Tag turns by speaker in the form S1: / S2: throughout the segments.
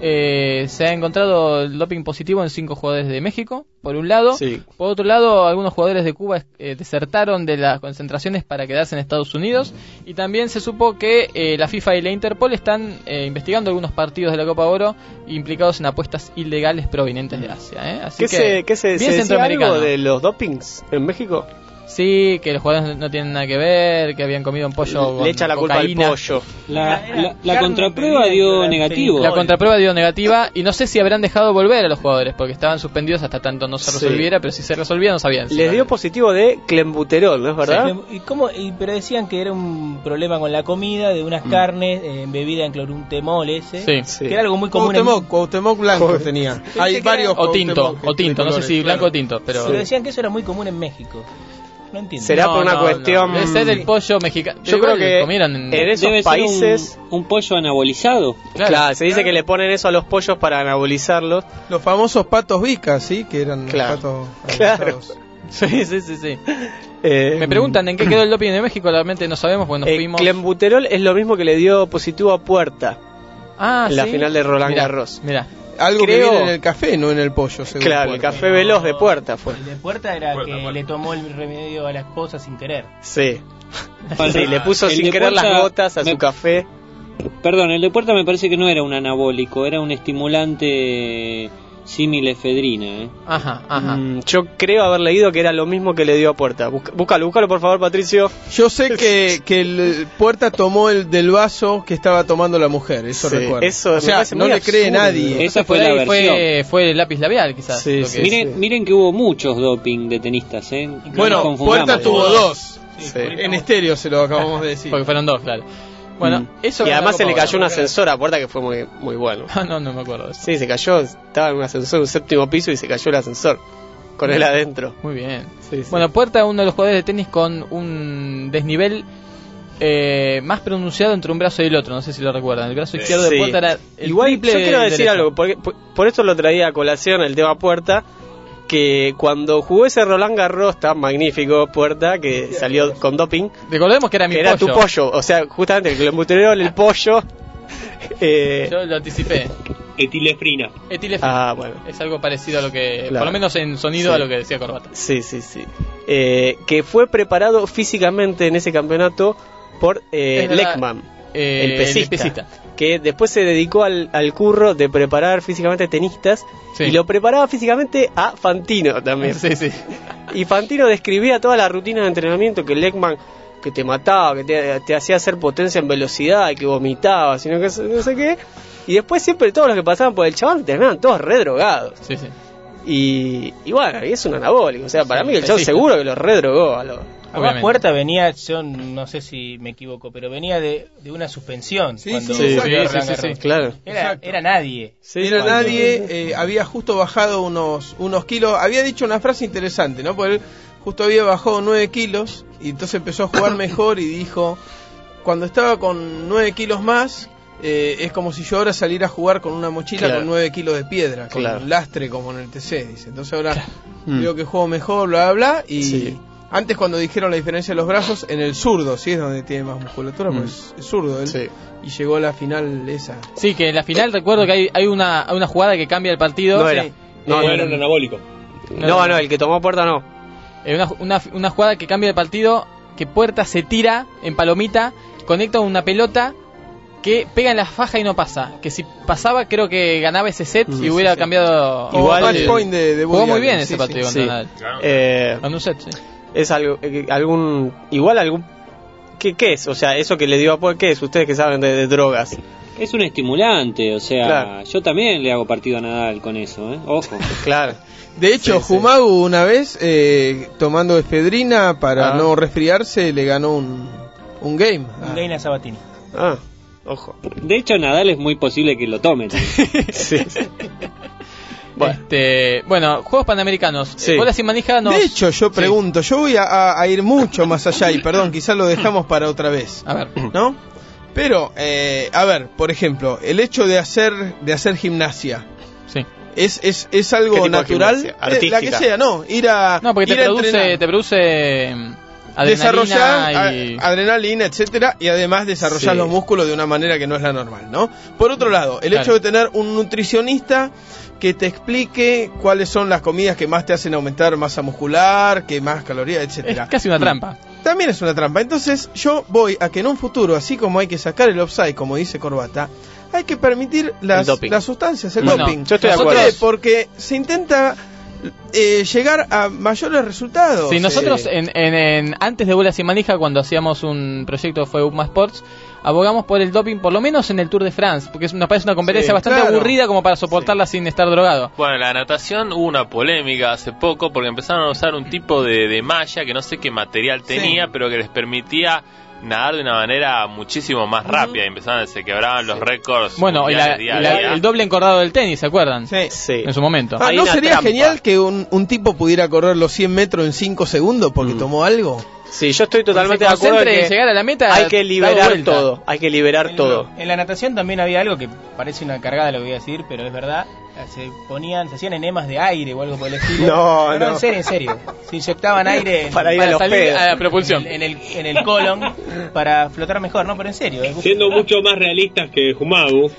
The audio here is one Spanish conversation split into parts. S1: Eh, se ha encontrado el doping positivo en cinco jugadores de México, por un lado.
S2: Sí.
S1: Por otro lado, algunos jugadores de Cuba eh, desertaron de las concentraciones para quedarse en Estados Unidos. Y también se supo que eh, la FIFA y la Interpol están eh, investigando algunos partidos de la Copa Oro implicados en apuestas ilegales provenientes de Asia. ¿eh? Así
S2: ¿Qué
S1: que,
S2: se, qué se,
S1: bien
S2: se decía
S1: centroamericano.
S2: algo de los dopings en México?
S1: Sí, que los jugadores no tienen nada que ver, que habían comido un pollo con
S2: Le echa la culpa al
S1: cocaína.
S2: pollo.
S3: La,
S4: Era
S3: la- la
S4: carne
S3: contraprueba
S4: pedida
S3: dio
S4: durante
S3: negativo.
S1: La contraprueba dio negativa y no sé si habrán dejado volver a los jugadores porque estaban suspendidos hasta tanto no se
S2: Sí.
S1: resolviera, pero si se resolvía no sabían. si
S2: Les
S1: no-
S2: dio positivo de clenbuterol, ¿no es verdad?
S4: ¿Y cómo? Y, pero decían que era un problema con la comida de unas carnes eh, embebida en cloruntemol ese.
S1: Sí.
S2: Sí.
S4: Que era algo muy común. en-
S5: Cuauhtémoc, Cuauhtémoc blanco
S2: Cuauhtémoc.
S5: tenía.
S4: Pensé que
S5: Hay
S4: era-
S5: varios
S1: O tinto,
S5: Cuauhtémoc
S1: o tinto, no sé
S5: colores,
S1: si blanco
S5: claro.
S1: o tinto, pero...
S4: Pero decían que eso era muy común en México. No entiendo.
S2: Será
S1: No,
S2: por una
S1: no,
S2: cuestión.
S1: no. Debe ser el pollo mexicano.
S2: Yo creo que
S1: comieron en-
S2: en esos
S3: Debe
S2: países.
S3: ser un- un, pollo anabolizado.
S1: Claro.
S2: Claro, se dice que le ponen eso a los pollos para anabolizarlos.
S5: Los famosos patos vicas, ¿sí? Que eran
S2: Claro.
S5: patos
S2: Claro.
S5: abrazados.
S1: Sí, sí, sí, sí.
S2: Eh,
S1: Me preguntan en qué quedó el doping de México, realmente no sabemos porque nos
S2: eh,
S1: fuimos.
S2: Clenbuterol es lo mismo que le dio positivo a Puerta
S1: Ah,
S2: en la
S1: sí.
S2: final de Roland
S1: Mirá,
S2: Garros.
S1: Mirá.
S5: Algo
S2: Creo-
S5: que viene en el café, no en el pollo, según
S2: Claro, el
S5: Puerta.
S2: café veloz
S3: Ah.
S2: de Puerta fue.
S4: El de puerta era
S6: Puerta,
S4: que
S6: puerta.
S4: le tomó el remedio a la esposa sin querer.
S2: Sí.
S3: Falta-
S2: Sí, le puso
S3: el
S2: sin
S3: de
S2: querer las
S3: Puerta-
S2: gotas a
S3: me-
S2: su café.
S3: Perdón, el de puerta me parece que no era un anabólico, era un estimulante símil efedrina. ¿eh?
S1: Ajá, ajá.
S2: Mm, yo creo haber leído que era lo mismo que le dio a Puerta. Busca- búscalo, búscalo por favor, Patricio.
S5: Yo sé que, que el Puerta tomó el del vaso que estaba tomando la mujer, eso
S2: Sí,
S5: recuerdo.
S2: eso me
S5: o sea,
S2: parece
S5: no
S2: muy
S5: le cree
S2: absurdo.
S5: nadie.
S3: Esa
S1: Entonces,
S3: fue
S1: por
S3: la
S1: ahí fue,
S3: versión.
S1: fue el lápiz labial, quizás.
S2: Sí,
S1: lo
S2: sí,
S1: que-
S3: miren, miren que hubo muchos doping de tenistas. ¿eh? No nos
S5: Bueno,
S3: confundamos.
S5: Puerta tuvo dos.
S2: Sí. Mm.
S5: En estéreo se lo acabamos de decir.
S1: Porque fueron dos, claro. Bueno,
S3: Mm.
S1: eso.
S2: Y
S1: ganó
S2: además
S1: la
S2: se le
S1: Copa
S2: cayó un
S1: Oro.
S2: ascensor a Puerta que fue muy, muy bueno.
S1: Ah, no, no me acuerdo de eso.
S2: Sí, se cayó, estaba en un ascensor, un séptimo piso y se cayó el ascensor. Con él adentro.
S1: Muy bien.
S2: Sí, sí.
S1: Bueno, Puerta, uno de los jugadores de tenis con un desnivel eh, más pronunciado entre un brazo y el otro. No sé si lo recuerdan. El brazo izquierdo de
S2: Sí.
S1: Puerta era el
S2: Igual
S1: triple
S2: yo quiero
S1: del
S2: decir
S1: derecho.
S2: algo, porque, por, por esto lo traía a colación el tema Puerta, que cuando jugó ese Roland Garros tan magnífico Puerta, que salió con doping,
S1: Recordemos que era mi
S2: que era
S1: pollo.
S2: tu pollo, o sea, justamente el clenbuterol, el pollo... eh,
S1: Yo lo anticipé.
S3: Etilefrina.
S1: Etilefina.
S2: ah, bueno.
S1: Es algo parecido a lo que, por
S2: Claro.
S1: lo menos en sonido,
S2: Sí.
S1: a lo que decía Corbata.
S2: Sí, sí, sí. Eh, que fue preparado físicamente en ese campeonato por eh,
S1: Es verdad.
S2: Leckman,
S1: Eh,
S2: el pesista,
S1: pesista.
S2: que después se dedicó al, al curro de preparar físicamente tenistas
S1: Sí.
S2: y lo preparaba físicamente a Fantino también.
S1: Sí, sí.
S2: Y Fantino describía toda la rutina de entrenamiento que Leckman que te mataba, que te, te hacía hacer potencia en velocidad, que vomitaba, sino que no sé qué. Y después siempre todos los que pasaban por el chaval terminaban todos redrogados.
S1: Sí, sí.
S2: Y, y bueno, y es un anabólico. O sea, para
S1: Sí,
S2: mí que el chavo
S1: pesista.
S2: seguro que lo redrogó. A lo...
S1: Obviamente.
S4: Además, Puerta venía, yo no sé si me equivoco, pero venía de, de una suspensión.
S5: Sí,
S4: cuando
S5: sí,
S4: jugó
S5: sí,
S4: Roland
S1: sí, sí,
S4: Garros.
S1: sí.
S2: Claro.
S4: Era, era nadie.
S5: Era nadie, eh, había justo bajado unos, unos kilos, había dicho una frase interesante, ¿no? Porque él justo había bajado 9 kilos y entonces empezó a jugar mejor y dijo, cuando estaba con 9 kilos más, eh, es como si yo ahora saliera a jugar con una mochila
S2: Claro.
S5: con 9 kilos de piedra, con
S2: Claro.
S5: un lastre como en el TC, dice. Entonces ahora
S2: Mm.
S5: veo que juego mejor, bla, bla, bla, y...
S2: Sí.
S5: Antes cuando dijeron la diferencia de los brazos, en el zurdo, sí es donde tiene más musculatura, pues es zurdo él.
S2: Mm. Sí.
S5: Y llegó a la final esa.
S1: Sí, que en la final recuerdo que hay, hay una, hay una jugada que cambia el partido.
S2: No era.
S1: Sí.
S2: No,
S1: Eh,
S2: no era un
S3: anabólico.
S2: No, no, el que tomó puerta no.
S1: Eh, una, una, una jugada que cambia de partido, que Puerta se tira en palomita, conecta una pelota que pega en la faja y no pasa. Que si pasaba creo que ganaba ese set y hubiera cambiado...
S2: Igual-
S5: Mm, O match
S2: el-
S5: point de, de
S1: Jugó
S5: Woody
S1: muy bien
S5: Allen,
S1: ese
S5: sí,
S1: partido
S2: sí.
S1: contra Nadal.
S6: Claro.
S2: Eh,
S1: Con un set, sí.
S2: es algo, eh, algún. Igual algún. ¿Qué, ¿Qué es? O sea, eso que le dio a Puerta, ¿qué es? Ustedes que saben de, de drogas.
S3: Es un estimulante, o sea,
S2: Claro.
S3: yo también le hago partido a Nadal con eso, ¿eh? Ojo.
S2: Claro.
S5: De
S2: Sí,
S5: hecho,
S2: sí.
S5: Jumagu una vez, eh, tomando efedrina para
S2: Ah.
S5: no resfriarse, le ganó un, un game.
S4: Un gay a Sabatini.
S2: Ah, ojo.
S3: De hecho, Nadal es muy posible que lo tomen.
S2: Sí. Bueno.
S1: Este, bueno, Juegos Panamericanos.
S2: Sí.
S1: Eh, bola sin manija nos...
S5: De hecho, yo pregunto, yo voy a, a- a ir mucho más allá y perdón, quizás lo dejamos para otra vez,
S2: Ah.
S1: A ver.
S5: ¿no? Pero, eh, a ver, por ejemplo, el hecho de hacer, de hacer gimnasia.
S1: Sí.
S5: ¿Es, es, es
S2: ¿Qué
S5: algo
S2: tipo de
S5: natural?
S2: gimnasia?
S5: Eh, la que
S2: Artística.
S5: sea, no. Ir a.
S1: No, porque te
S5: ir a
S1: produce,
S5: entrenar.
S1: te produce mm,
S5: desarrollar
S1: adrenalina y...
S5: a- adrenalina, etcétera, y además desarrollar
S1: Sí.
S5: los músculos de una manera que no es la normal, ¿no? Por otro lado, el
S1: Claro.
S5: hecho de tener un nutricionista que te explique cuáles son las comidas que más te hacen aumentar masa muscular, que más calorías,
S1: Es
S5: etcétera. Mm.
S1: casi una trampa.
S5: También es una trampa. Entonces, yo voy a que en un futuro, así como hay que sacar el offside, como dice Corbata, hay que permitir las,
S2: El doping.
S5: las sustancias, el
S1: Bueno,
S5: doping.
S2: yo estoy de
S5: ¿Por
S2: acuerdo.
S5: qué? Porque se intenta eh, llegar a mayores resultados.
S1: Si nosotros
S5: Eh,
S1: en, en- en- antes de Bolas y Manija, cuando hacíamos un proyecto que fue UPMA Sports, abogamos por el doping, por lo menos en el Tour de France, porque es- nos parece una competencia
S5: Sí,
S1: bastante
S5: claro.
S1: aburrida como para soportarla sin estar drogado.
S6: Bueno, en la natación hubo una polémica hace poco porque empezaron a usar un tipo de, de malla que no sé qué material tenía, pero que les permitía nadar de una manera muchísimo más rápida. Y empezaron, se quebraban los récords.
S1: Bueno, y la-
S6: mundiales día a
S1: y la-
S6: día.
S1: el doble encordado del tenis, ¿se acuerdan?
S5: sí.
S2: Sí.
S1: En su momento.
S5: Ah,
S2: Hay
S5: ¿No
S2: una
S5: sería
S2: trampa.
S5: genial que un, un tipo pudiera correr los 100 metros en 5 segundos porque
S2: Mm.
S5: tomó algo?
S2: Sí, yo estoy totalmente de
S1: Se
S2: acuerdo.
S1: concentre
S2: en
S1: en llegar a la meta,
S2: hay que
S1: dar
S2: liberar
S1: vuelta.
S2: todo. Hay que liberar
S4: En-
S2: todo.
S4: En la natación también había algo que parece una cargada lo que voy a decir, pero es verdad. Se ponían, se hacían enemas de aire o algo por el estilo.
S2: No, no.
S4: en serio, en serio. Se inyectaban aire en-
S2: Para ir a los
S1: salir
S2: pedos.
S1: a la propulsión.
S4: en el, en el colon para flotar mejor, no, pero en serio. es-
S7: Siendo mucho más realistas que Jumagu,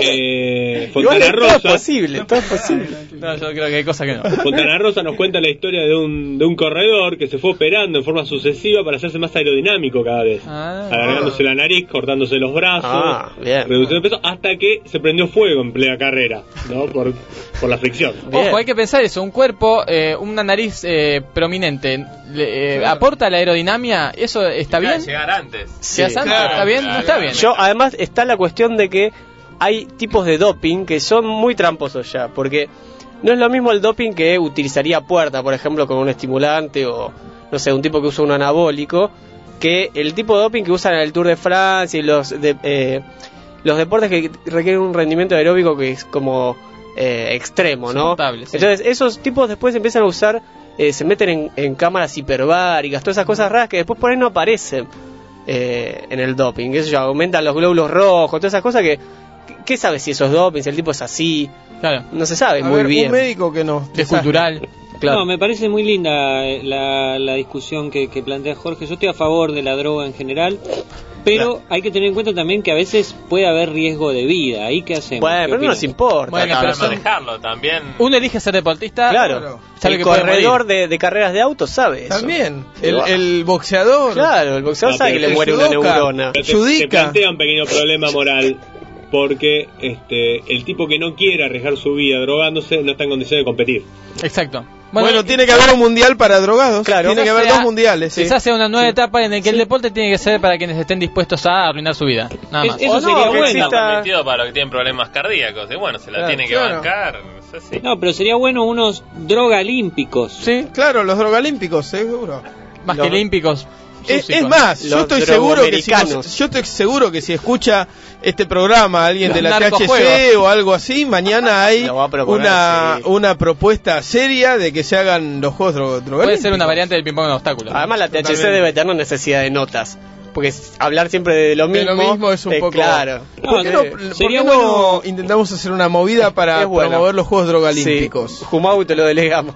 S7: eh,
S2: Igual
S7: Fontana
S2: es todo
S7: Rosa,
S2: posible, todo es posible.
S1: No, yo creo que hay cosas que no.
S7: Fontana Rosa nos cuenta la historia de un, de un corredor que se fue operando en forma sucesiva para hacerse más aerodinámico cada vez.
S1: Ah.
S7: alargándose la nariz, cortándose los brazos,
S2: Ah, bien.
S7: reduciendo peso, hasta que se prendió fuego en plena carrera, ¿no? Por, por la fricción.
S2: Bien.
S1: Ojo, hay que pensar eso, un cuerpo, eh, una nariz eh, prominente, le- eh, ¿aporta la aerodinámica? ¿Eso está bien?
S6: Llegar antes.
S1: ¿Se hace antes?
S5: claro,
S1: ¿Está bien? No
S6: claro.
S1: está bien.
S2: Yo, además, está la cuestión de que hay tipos de doping que son muy tramposos ya, porque no es lo mismo el doping que utilizaría Puerta, por ejemplo, con un estimulante o, no sé, un tipo que usa un anabólico, que el tipo de doping que usan en el Tour de Francia y los, de- eh, los deportes que requieren un rendimiento aeróbico que es como eh, extremo, ¿no?
S1: Soportable, sí.
S2: Entonces, esos tipos después empiezan a usar, eh, se meten en, en cámaras hiperbáricas, todas esas cosas raras que después por ahí no aparecen eh, en el doping. Eso ya aumentan los glóbulos rojos, todas esas cosas que. ¿Qué sabes si eso es doping? Si el tipo es así.
S1: Claro,
S2: No se sabe
S5: A
S2: muy
S5: ver,
S2: bien.
S5: un médico que no.
S1: es cultural.
S2: Claro.
S3: No, me parece muy linda eh, la, la discusión que, que plantea Jorge. Yo estoy a favor de la droga en general, pero hay que tener en cuenta también que a veces puede haber riesgo de vida. ¿Ahí qué hacemos?
S2: Bueno,
S3: ¿Qué
S2: pero no
S3: opinan?
S2: nos importa.
S1: Bueno,
S6: Para
S1: pero son-
S6: manejarlo también.
S1: Uno elige ser deportista.
S2: claro.
S1: sabe
S2: El
S1: que puede
S2: corredor
S1: morir.
S2: de, de carreras de auto sabe eso.
S5: También. El,
S2: Claro.
S5: el boxeador.
S2: Claro, el boxeador
S7: No,
S2: sabe que
S7: pero
S2: le
S5: el
S2: muere una
S5: judoka.
S2: neurona.
S7: Pero te-
S5: Judica.
S7: Te plantea un pequeño problema moral porque este, el tipo que no quiere arriesgar su vida drogándose no está en condiciones de competir.
S1: Exacto.
S5: Bueno, tiene que haber un mundial para drogados.
S2: Claro.
S5: tiene que
S1: quizás
S5: haber
S1: sea-
S5: dos mundiales. sí.
S1: Quizás sea una nueva etapa en la que el deporte tiene que ser para quienes estén dispuestos a arruinar su vida. Nada
S3: Es-
S1: más.
S3: eso
S2: O no,
S3: sería
S2: que
S3: bueno.
S6: Está
S2: exista-
S6: permitido para los que tienen problemas cardíacos. Y bueno, se la
S5: Claro,
S6: tienen que
S5: claro.
S6: bancar. Es así.
S3: No, pero sería bueno unos drogalímpicos.
S1: Sí,
S5: Claro, los drogalímpicos, seguro. Eh,
S1: más
S2: Los-
S1: que olímpicos.
S5: Es,
S1: súsicos.
S5: es más, yo
S2: Los
S5: estoy seguro que si
S2: drogoamericanos.
S5: nos- yo estoy seguro que si escucha este programa alguien de
S1: Los
S5: la THC
S1: narcojuegos.
S5: o algo así, mañana hay
S2: Lo va a proponer,
S5: una,
S2: sí.
S5: una propuesta seria de que se hagan los juegos dro-
S1: Puede
S5: drogalímpicos.
S1: ser una variante del ping-pong de obstáculos.
S2: Además, la THC
S5: Totalmente.
S2: debe tener necesidad de notas. Porque s- hablar siempre de lo
S5: De
S2: mismo.
S5: lo mismo es un
S2: eh,
S5: poco-
S2: Claro.
S5: ¿Por qué no,
S2: eh,
S5: por
S3: sería
S5: qué no
S3: bueno-
S5: intentamos hacer una movida para
S2: es bueno.
S5: promover los juegos drogalímpicos?
S2: Sí, Jumau te lo delegamos.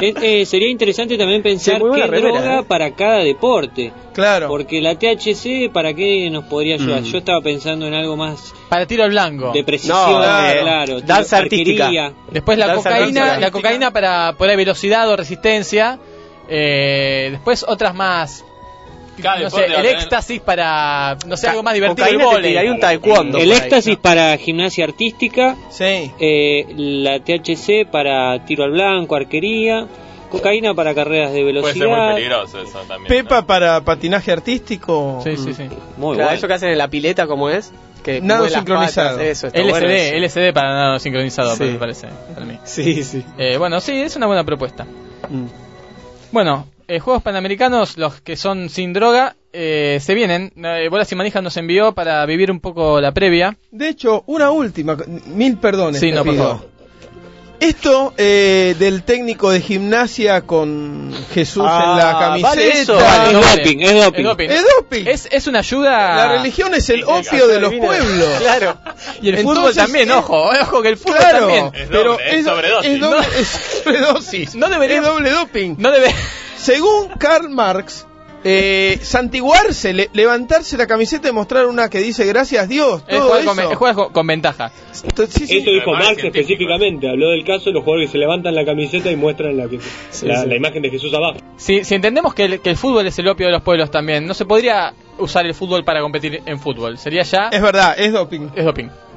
S3: Es- eh, sería interesante también
S2: Sí,
S3: pensar
S2: muy buena
S3: qué
S2: remera,
S3: droga
S2: eh.
S3: para cada deporte.
S5: Claro.
S3: Porque la THC, ¿para qué nos podría ayudar?
S2: Mm.
S3: Yo estaba pensando en algo más
S1: Para tiro al blanco.
S3: de precisión,
S2: No,
S3: claro.
S2: eh, danza
S3: arquería.
S2: artística.
S1: Después la
S2: Danza
S1: cocaína,
S2: artística.
S1: la cocaína para poner velocidad o resistencia. Eh, después otras más.
S6: Cada
S1: no sé,
S6: deporte va a
S1: el
S6: tener-
S1: éxtasis para, no sé,
S2: Ca-
S1: algo más divertido. El
S2: cocaína te tira, Hay
S1: vóley.
S2: un taekwondo.
S3: El
S2: por ahí.
S3: éxtasis para gimnasia artística,
S5: Sí.
S3: eh, la THC para tiro al blanco, arquería, cocaína para carreras de
S6: Puede ser muy
S3: velocidad.
S6: peligroso eso también.
S5: Pepa
S6: ¿no?
S5: para patinaje artístico.
S1: Sí, sí, sí.
S3: Muy
S2: Claro,
S3: bueno.
S2: eso que hacen en la pileta, ¿cómo es? Que
S5: Nado
S2: mueven las
S5: sincronizado.
S2: patas, eso, está
S1: LSD,
S2: bueno eso.
S1: LSD para nada sincronizado,
S2: Sí.
S1: me parece. para mí.
S2: Sí, sí.
S1: Eh, bueno, sí, es una buena propuesta.
S2: Mm.
S1: Bueno, eh, Juegos Panamericanos, los que son sin droga, eh, se vienen. Eh, Bolas y Manijas nos envió para vivir un poco la previa.
S5: De hecho, una última, mil perdones.
S1: Sí,
S5: te
S1: no, por
S5: pido.
S1: favor.
S5: Esto eh, del técnico de gimnasia con Jesús en la
S2: Ah,
S5: camiseta.
S2: ¿vale eso?
S1: Vale,
S3: es
S1: no vale.
S3: doping, es doping.
S1: Es doping.
S5: Es doping.
S1: Es, es una ayuda.
S5: La religión es el opio de los pueblos.
S2: Claro.
S1: Y el fútbol
S5: Entonces,
S1: también,
S5: eh,
S1: ojo, eh, ojo que el fútbol
S5: Claro,
S1: también.
S6: Es doble,
S5: pero
S6: es sobredosis.
S5: es doble- es sobredosis.
S1: No debería-
S5: Es doble doping.
S1: No debe. eh,
S5: Según Karl Marx, eh, santiguarse, le- levantarse la camiseta y mostrar una que dice gracias Dios,
S1: Es
S5: todo
S1: jugar,
S5: eso.
S1: con, es jugar con- con ventaja.
S5: Entonces, sí, sí.
S7: Eso dijo
S6: Además,
S7: Marx
S6: científico.
S7: específicamente, habló del caso de los jugadores que se levantan la camiseta y muestran la, que- la, la imagen de Jesús abajo.
S1: Si, si entendemos que el, que el fútbol es el opio de los pueblos también, no se podría usar el fútbol para competir en fútbol. Sería ya.
S5: Es verdad, es doping.
S1: Es doping.